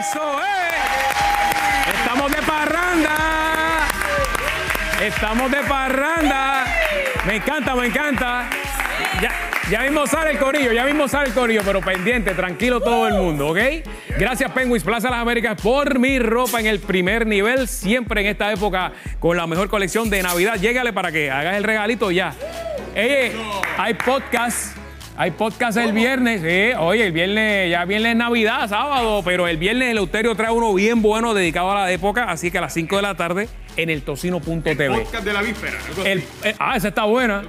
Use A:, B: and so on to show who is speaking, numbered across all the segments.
A: Eso es. Estamos de parranda. Estamos de parranda. Me encanta, me encanta. Ya, ya mismo sale el corillo, ya mismo sale el corillo, pero pendiente, tranquilo todo el mundo, ¿ok? Gracias Penguins Plaza Las Américas por mi ropa en el primer nivel, siempre en esta época con la mejor colección de Navidad. Llégale para que hagas el regalito ya. Eh, hay podcast. Hay podcast el viernes, sí. Oye, el viernes, ya viernes es Navidad, sábado, pero el viernes el Euterio trae uno bien bueno dedicado a la época, así que a las 5 de la tarde en el tocino.tv.
B: Podcast de la víspera. algo así.
A: El- eh, ah, esa está buena.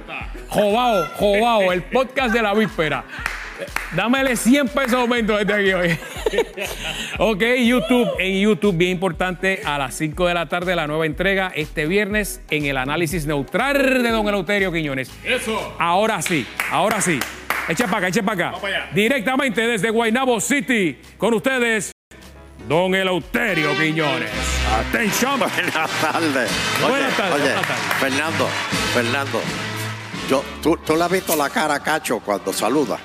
A: Jobao, Jobao, el podcast de la víspera. Dámele 100 pesos de aumento desde aquí hoy. ok, YouTube. En YouTube, bien importante, a las 5 de la tarde la nueva entrega este viernes en el análisis neutral de Don Eleuterio Quiñones.
B: Eso.
A: Ahora sí, ahora sí. Echa para acá, echa para acá.
B: Vamos allá.
A: Directamente desde Guaynabo City, con ustedes, Don Eleuterio Quiñones. Atención.
C: Buenas tardes. Oye,
A: Buenas tardes,
C: oye,
A: buenas tardes.
C: Fernando, Fernando, yo, tú, tú le has visto la cara a Cacho cuando saluda.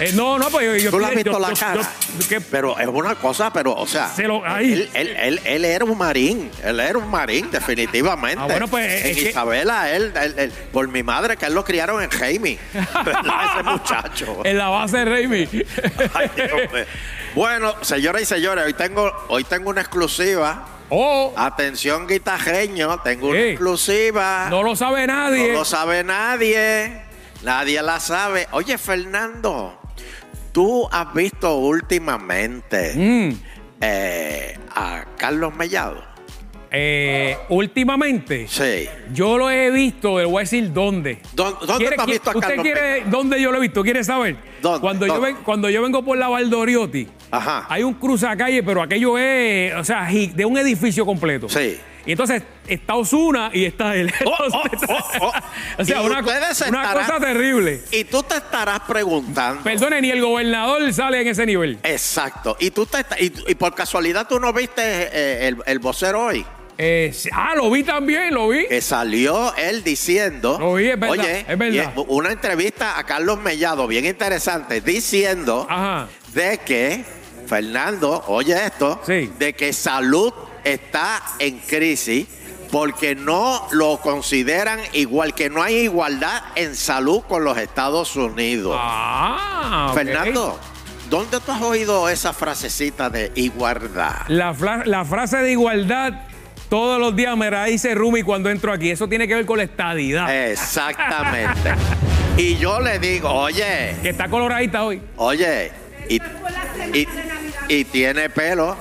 A: Eh, no, no, pues yo... yo
C: Tú le has
A: yo-
C: visto
A: yo-
C: la
A: yo-
C: cara.
A: yo- ¿qué?
C: Pero es una cosa, pero, o sea,
A: Se lo- ahí.
C: Él, él- él- él era un marín, él era un marín, definitivamente.
A: Ah, bueno, pues, es
C: en
A: que-
C: Isabela, él, él- él- por mi madre, que él lo criaron en Jaime. Ese muchacho.
A: En la base de Raimi.
C: Ay, Dios mío. bueno, señoras y señores, hoy tengo, hoy tengo una exclusiva.
A: oh,
C: Atención, guitarreño, tengo una
A: Sí.
C: exclusiva.
A: no lo sabe nadie.
C: No lo sabe nadie. Nadie la sabe. Oye, Fernando, tú has visto últimamente
A: Mm,
C: eh, a Carlos Mellado.
A: eh, últimamente,
C: Sí.
A: yo lo he visto, le voy a decir dónde.
C: ¿Dó- ¿Dónde
A: ¿Quiere-
C: tú has
A: qui-
C: visto a
A: ¿Usted
C: Carlos
A: quiere
C: Mellado?
A: dónde yo lo he visto? ¿Quiere saber?
C: ¿Dónde?
A: Cuando, Yo,
C: ¿Dónde?
A: ven- cuando yo vengo por la Valdoriotti,
C: Ajá.
A: hay un cruzacalle, pero aquello es, o sea, gi- de un edificio completo.
C: Sí.
A: Y entonces está Osuna y está él.
C: Oh, oh,
A: Entonces,
C: oh, oh.
A: o sea,
C: Y
A: una,
C: ustedes se
A: una
C: estarán-
A: cosa terrible.
C: Y tú te estarás preguntando.
A: Perdone, ni el gobernador sale en ese nivel.
C: Exacto. Y tú te esta- y, y por casualidad tú no viste eh, el, el vocero hoy.
A: Eh, sí- ah, lo vi también, lo vi.
C: que salió él diciendo,
A: Lo vi, es verdad,
C: oye,
A: es verdad.
C: y- una entrevista a Carlos Mellado bien interesante, diciendo
A: Ajá.
C: de que, Fernando, oye esto,
A: Sí.
C: de que salud está en crisis porque no lo consideran igual, que no hay igualdad en salud con los Estados Unidos.
A: Ah, ok.
C: Fernando, ¿dónde tú has oído esa frasecita de igualdad?
A: La, fla- la frase de igualdad todos los días me la dice Rumi cuando entro aquí. Eso tiene que ver con la estadidad.
C: Eh. Exactamente. y yo le digo, oye,
A: Que está coloradita hoy.
C: Oye, y, y- y tiene pelo,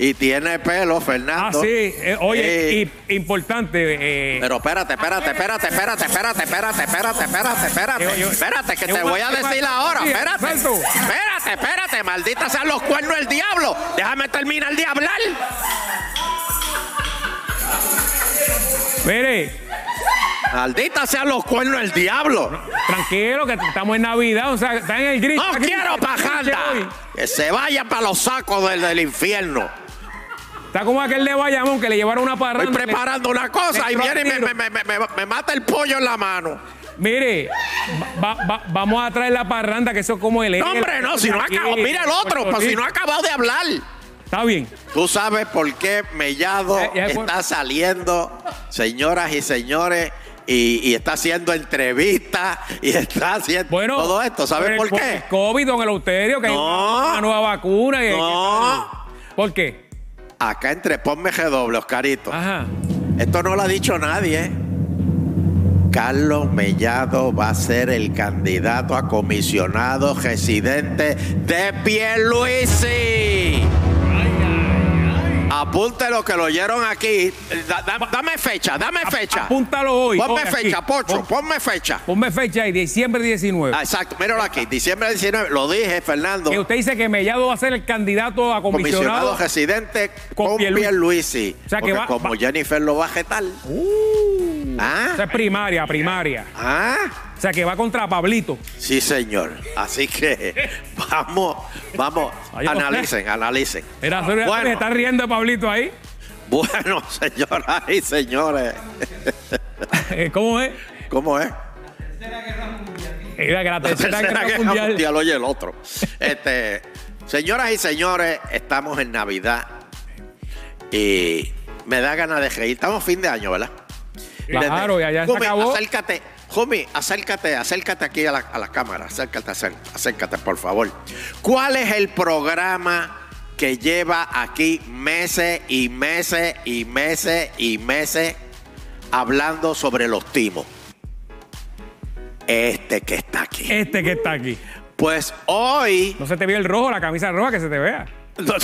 C: y tiene pelo,
A: Ah,
C: Fernando.
A: sí. Eh, oye,
C: Eh,
A: y- importante. eh,
C: Pero espérate, espérate, espérate, espérate, espérate, espérate,
A: Yo-
C: espérate, espérate, espérate,
A: yo-
C: espérate, que
A: yo-
C: te voy a
A: ¿qué
C: decir
A: pasa?
C: ahora,
A: Sí,
C: espérate,
A: exacto.
C: espérate, espérate, maldita sean los cuernos del diablo, déjame terminar de hablar.
A: mire,
C: Maldita sean los cuernos del diablo.
A: tranquilo, que estamos en Navidad. O sea, está en el gris.
C: No
A: está gris,
C: quiero
A: está gris hoy.
C: pajanda. Que se vaya para los sacos del, del infierno.
A: Está como aquel de Bayamón que le llevaron una parranda.
C: Estoy
A: Le-
C: preparando una cosa y viene y me, me- me- me- me mata el pollo en la mano.
A: Mire, va- va- va- vamos a traer la parranda, que eso es como el.
C: No, hombre, no, si no
A: Aquí,
C: acabó. Mira el otro,
A: Puerto
C: pero si
A: Rico.
C: no ha acabado de hablar.
A: Está bien.
C: Tú sabes por qué Mellado
A: Ya- ya es bueno.
C: está saliendo, señoras y señores, y, y está haciendo entrevistas y está haciendo
A: Bueno,
C: todo esto. ¿Sabes por, qué?
A: el COVID, don Eleuterio, que hay
C: No.
A: una nueva vacuna. y-
C: No.
A: ¿Por qué?
C: Acá entre ponme G Oscarito.
A: Ajá.
C: Esto no lo ha dicho nadie. ¿eh? Carlos Mellado va a ser el candidato a comisionado residente de Pierluisi. Apunte lo que lo oyeron aquí. Da- da- dame fecha, dame fecha.
A: Apúntalo hoy.
C: Ponme
A: hoy, aquí.
C: fecha, Pocho,
A: Pon-
C: ponme fecha.
A: Ponme fecha ahí, diciembre 19.
C: Ah, exacto, míralo aquí, diciembre 19. Lo dije, Fernando.
A: Que usted dice que Mellado va a ser el candidato a comisionado.
C: Comisionado residente
A: con
C: con
A: Pierluisi.
C: Pierluisi.
A: O sea que
C: Porque
A: va-
C: como
A: va-
C: Jennifer lo va a jetar.
A: Uh,
C: ¿Ah?
A: o sea, es primaria, primaria.
C: ¿Ah?
A: O sea, que va contra Pablito.
C: Sí, señor. Así que vamos, vamos,
A: Ay, yo-
C: analicen, analicen.
A: Era se
C: Bueno.
A: está riendo de Pablito ahí.
C: Bueno, señoras y señores,
A: Eh, ¿Cómo es?
C: ¿cómo es?
A: Era que la
C: La
A: tercera guerra mundial.
C: oye el otro. Este, Señoras y señores, estamos en Navidad y me da ganas de reír. Estamos fin de año, ¿verdad?
A: Claro, y allá se
C: Jumi,
A: acabó.
C: acércate. Jumi, acércate, acércate aquí a la, a la cámara. Acércate, acér- acércate, por favor. ¿Cuál es el programa que lleva aquí meses y meses y meses y meses hablando sobre los timos? Este que está aquí.
A: Este que está aquí.
C: Pues hoy.
A: No se te vea el rojo, la camisa roja, que se te vea.
C: No,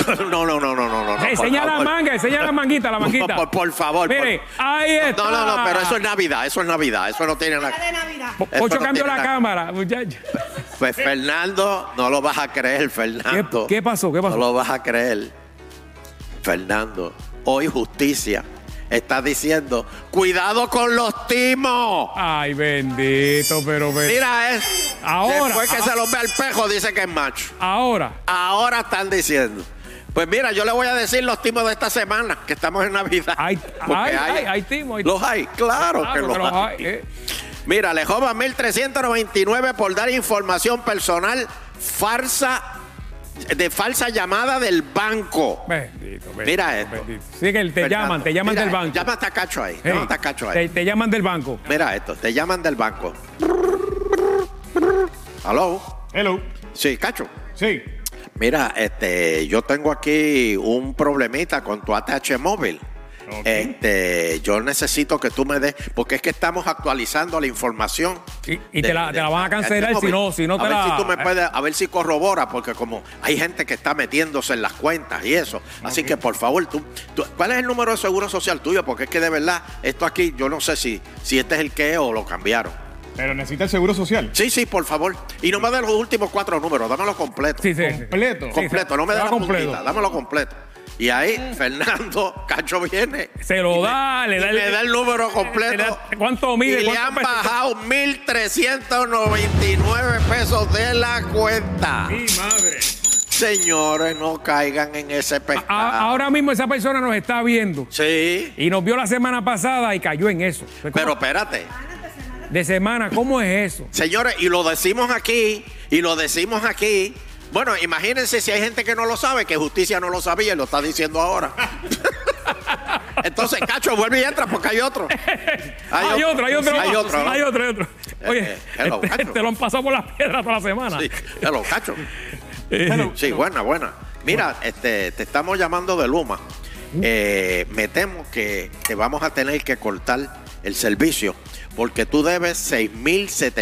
C: no, no, no, no, no. no,
A: Eh,
C: por
A: enseña la
C: favor.
A: manga, enseña la manguita, la manguita.
C: Por, por favor. por-
A: Mire, ahí está.
C: No, no, no, pero eso es Navidad, eso es Navidad, eso no tiene nada.
B: de Navidad.
C: eso
A: Ocho
C: no
A: cambió
C: tiene
A: la
C: nada.
A: cámara, muchacho.
C: Pues Fernando, no lo vas a creer, Fernando.
A: ¿Qué- qué pasó? ¿Qué pasó?
C: No lo vas a creer. Fernando, hoy justicia está diciendo, cuidado con los timos.
A: Ay, bendito, pero. pero-
C: Mira, es.
A: Ahora,
C: Después que
A: ah-
C: se los ve al pejo, dice que es macho.
A: Ahora,
C: Ahora están diciendo. Pues mira, yo le voy a decir los timos de esta semana, que estamos en Navidad.
A: Hay-
C: Porque
A: hay- hay- hay timos, hay-
C: Los hay, claro,
A: Ah,
C: que
A: porque
C: los
A: los
C: hay.
A: hay, eh.
C: Mira, le joban 1399 por dar información personal falsa, de falsa llamada del banco.
A: Bendito, bendito,
C: Mira esto.
A: bendito. Sí, que te
C: Fernando,
A: llaman, te llaman
C: mira
A: del
C: esto,
A: banco.
C: Llama hasta Cacho ahí,
A: Hey,
C: llama hasta Cacho ahí.
A: te, te llaman del banco.
C: Mira esto, te llaman del banco. ¿Aló?
A: Hello.
C: Sí, Cacho.
A: Sí.
C: Mira, este, yo tengo aquí un problemita con tu ATH móvil.
A: Ok.
C: Este, yo necesito que tú me des, porque es que estamos actualizando la información.
A: Y- y te la- te la van a
C: ATH
A: cancelar si
C: móvil.
A: no- si no
C: este a
A: te
C: ver
A: la- Eh.
C: si tú me puedes, a ver si corrobora, porque como hay gente que está metiéndose en las cuentas y eso. Así que por favor, tú, tú- ¿cuál es el número de seguro social tuyo? Porque es que de verdad, esto aquí, yo no sé si, si este es el que es o lo cambiaron.
D: Pero necesita el seguro social.
C: Sí, sí, por favor. Y no me des los últimos cuatro números, dámelo completo.
A: Sí, sí. sí.
D: Completo.
A: Sí,
C: Completo, no me
A: se
C: da
A: va
C: la
A: completo.
C: puntita, dámelo completo. Y ahí Fernando Cacho viene.
A: Se lo da, le
C: y
A: da
C: le da el número
A: le
C: completo.
A: da- ¿cuánto mide?
C: Y le
A: ¿Cuánto
C: han
A: pesa?
C: bajado 1.399 pesos de la cuenta.
A: Sí, madre.
C: Señores, no caigan en
A: Ah,
C: ese pescado.
A: A- ahora mismo esa persona nos está viendo
C: Sí,
A: y nos vio la semana pasada y cayó en eso. Entonces,
C: pero
A: ¿cómo-
C: espérate.
A: de semana, ¿cómo es eso?
C: Señores, y lo decimos aquí, y lo decimos aquí. Bueno, imagínense si hay gente que no lo sabe, que justicia no lo sabía y lo está diciendo ahora. Entonces, Cacho, vuelve y entra porque hay otro.
A: Hay, otro, hay otro.
C: Hay otro. ¿no?
A: Hay otro, hay otro. Oye,
C: eh, hello,
A: este-
C: Cacho.
A: te lo han pasado por la piedra toda la semana.
C: Sí, hello, Cacho.
A: Eh,
C: Sí, buena, buena. Mira, este, te estamos llamando de Luma.
A: Mm.
C: Eh, me temo que te vamos a tener que cortar el servicio porque tú debes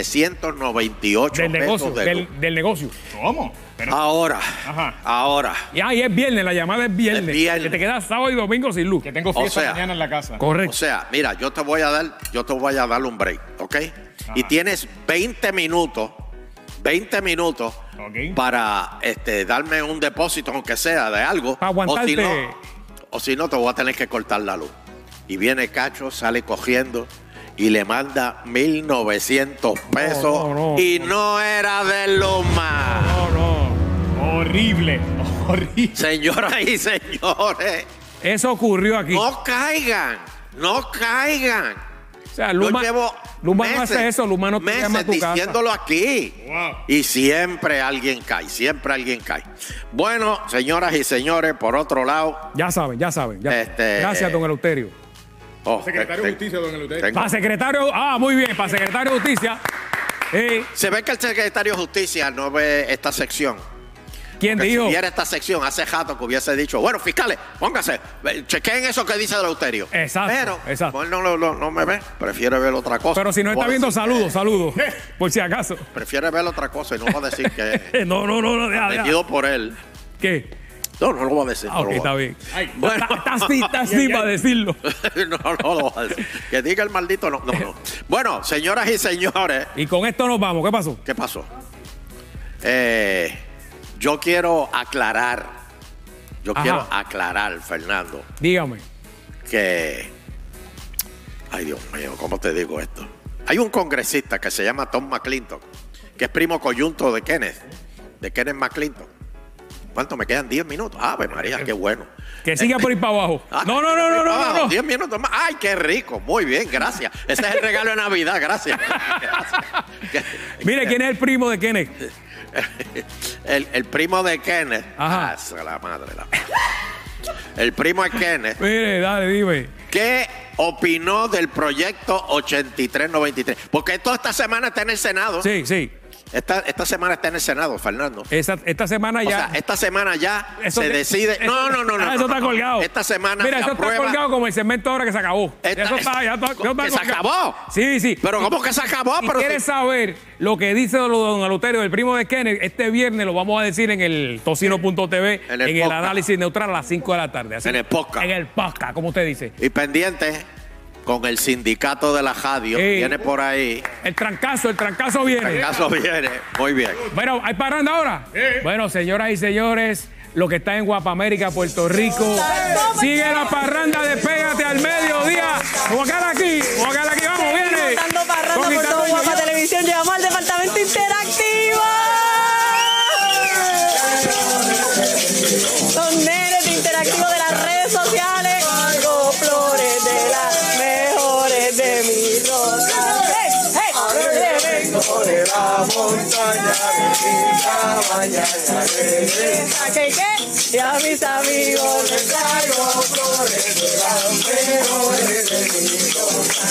C: 6.798
A: del
C: pesos
A: negocio,
C: de
A: del,
C: luz.
A: del negocio.
D: ¿Cómo? Pero
C: Ahora,
D: Ajá.
C: ahora.
A: Y ahí es viernes, la llamada es viernes.
C: Es viernes.
A: Que te quedas sábado y domingo sin luz.
D: que tengo
C: o
D: fiesta
C: sea,
D: mañana en la casa.
C: O
A: Correcto.
C: sea, mira, yo te voy a dar, yo te voy a dar un break, ¿ok? Y tienes 20 minutos, 20 minutos
D: Ok.
C: para este, darme un depósito, aunque sea de algo.
A: Pa'
C: O si,
A: aguantarte.
C: no, o si no, te voy a tener que cortar la luz. Y viene Cacho, sale cogiendo y le manda 1.900 pesos.
A: no, no.
C: y no era de Luma.
A: No, no.
D: Horrible. Horrible.
C: Señoras y señores,
A: Eso ocurrió aquí.
C: no caigan, no caigan.
A: O sea, Luma,
C: Yo llevo
A: Luma
C: meses,
A: no hace eso, Luma no te
C: meses
A: llama a tu casa.
C: diciéndolo aquí.
D: Wow.
C: Y siempre alguien cae, siempre alguien cae. Bueno, señoras y señores, por otro lado,
A: Ya saben, ya saben. ya saben.
C: Este-
A: Gracias, don Eleuterio.
C: oh,
D: Secretario
C: te-
D: de Justicia, don Eleuterio.
C: tengo-
A: Para secretario, ah, muy bien, para secretario de justicia. Eh,
C: se ve que el secretario de Justicia no ve esta sección.
A: ¿Quién
C: Que si
A: dijo?
C: viera esta sección hace jato que hubiese dicho, bueno, fiscales, póngase, ve, chequeen eso que dice Eleuterio.
A: Exacto,
C: Pero,
A: exacto.
C: como él no, lo- lo- no me ve, prefiere ver otra cosa.
A: Pero si no está
C: Voy a
A: viendo,
C: decir
A: saludos,
C: que-
A: saludos. Por si acaso.
C: Prefiere ver otra cosa y no va a decir que
A: Eh, No, no, no, no, deja, deja.
C: metido por él.
A: ¿Qué?
C: No, no lo va a decir.
A: Ah,
C: no lo
A: ok,
C: voy a
A: está
C: decir.
A: bien.
D: Ay,
C: bueno.
A: Está- Está así, está así para decirlo.
C: no, no lo voy a decir. Que diga el maldito no, no, no. Bueno, señoras y señores,
A: Y con esto nos vamos. ¿Qué pasó?
C: ¿qué pasó? Eh, yo quiero aclarar, yo
A: Ajá.
C: quiero aclarar, Fernando,
A: Dígame.
C: que... Ay, Dios mío, ¿cómo te digo esto? Hay un congresista que se llama Tom McClinton, que es primo coyunto de Kenneth, de Kenneth McClinton. ¿Cuánto me quedan? 10 minutos. Ave María, qué bueno.
A: Que siga por ir para abajo.
C: Ah,
A: No, no, no, no,
C: abajo,
A: no, no.
C: 10 minutos más. Ay, qué rico. Muy bien, gracias. Ese es el regalo de Navidad, gracias. Gracias.
A: Mire, ¿quién es el primo de Kenneth?
C: El, el primo de Kenneth.
A: Ajá.
C: Ah, se la madre. la- El primo de Kenneth.
A: Mire, dale, dime.
C: ¿Qué opinó del proyecto 8393? Porque toda esta semana está en el Senado.
A: Sí, sí.
C: Esta, esta semana está en el Senado, Fernando.
A: Esta, esta semana
C: O
A: Eh, ya.
C: sea, esta semana ya
A: eso
C: se
A: te-
C: decide.
A: eso-
C: no, no, no, no.
A: Ah, eso
C: no,
A: está
C: no.
A: colgado.
C: Esta semana
A: Mira,
C: se
A: eso está
C: aprueba.
A: colgado como el segmento ahora que se acabó.
C: Esta-
A: eso está, ya está, ya está
C: que se
A: colgado.
C: acabó.
A: Sí, sí.
C: Pero ¿cómo que se acabó?
A: Si
C: Pero
A: quieres
C: si-
A: saber lo que dice don Aluterio, el primo de Kenneth, este viernes lo vamos a decir en el tocino.tv, en
C: En
A: el,
C: el podcast.
A: análisis neutral a las 5 de la tarde. Así
C: En el podcast.
A: En el podcast, como usted dice.
C: Y pendiente con el sindicato de la radio.
A: Sí.
C: Viene por ahí.
A: El trancazo, el trancazo viene.
C: El caso viene. Muy bien.
A: Bueno, ¿hay parranda ahora? Bueno, señoras y señores, lo que está en Guapamérica, Puerto Rico. Sigue la parranda de Pégate al Mediodía. Guacal aquí, guacal aquí, vamos, viene.
B: Dando parranda por todo
A: Conquistando
B: Guapa
A: yo.
B: Televisión. Llegamos al departamento interactivo. Son nenes de interactivo de las redes sociales. Con flores de las mejores de mi rosa. ¡Hey, hey! ¿Qué, qué? Y a mis amigos les traigo flores de las mejores de mi rosa.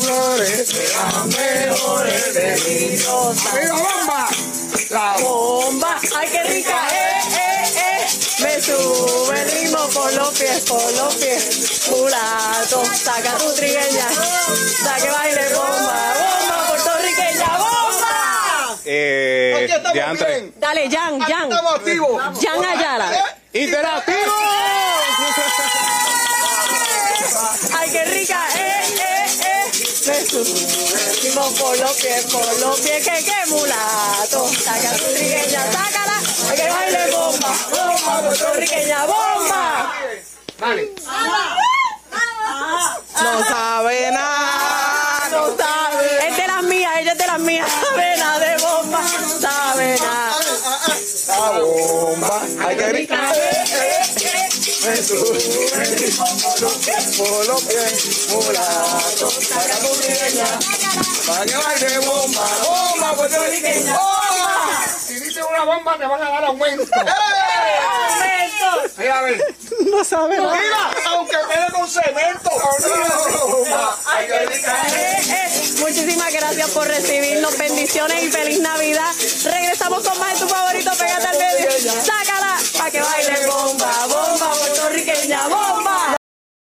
E: flores, las mejores de mi ¡Arriba, bomba! La
B: bomba, ay qué rica, eh, eh, eh. Me sube el ritmo por los pies, por los pies. Mulato, saca tu trigueña, saque baile bomba, bomba puertorriqueña, bomba.
F: Eh,
E: Aquí estamos
F: de antes.
E: bien.
B: Dale, Jan,
E: Aquí
B: Jan,
E: estamos activos.
B: Jan Ayala.
E: ¡Interactivo!
B: Ay qué rica, eh, eh, eh. Me sube el ritmo por los pies, por los pies, que que mulato, saca tu trigueña, sácala, ay que baile bomba, bomba puertorriqueña, bomba.
E: Dale.
B: No sabe nada, no sabe. Es de las mías, ella es de las mías. Sabe nada de bomba, no sabe nada.
E: La bomba. ¡Ay, qué rica! Me sube por los pies, mulato. Saca tu trigueña. Pa' que baile bomba, bomba puertorriqueña. ¡Bomba! Si dices una bomba, te van a dar aumento.
B: Cemento.
E: Mira, a ver.
B: No sabe nada.
E: Mira, aunque quede con cemento. Ay, qué rica.
B: Eh, eh, Muchísimas gracias por recibirnos. Bendiciones y feliz Navidad. Regresamos con más de tu favorito.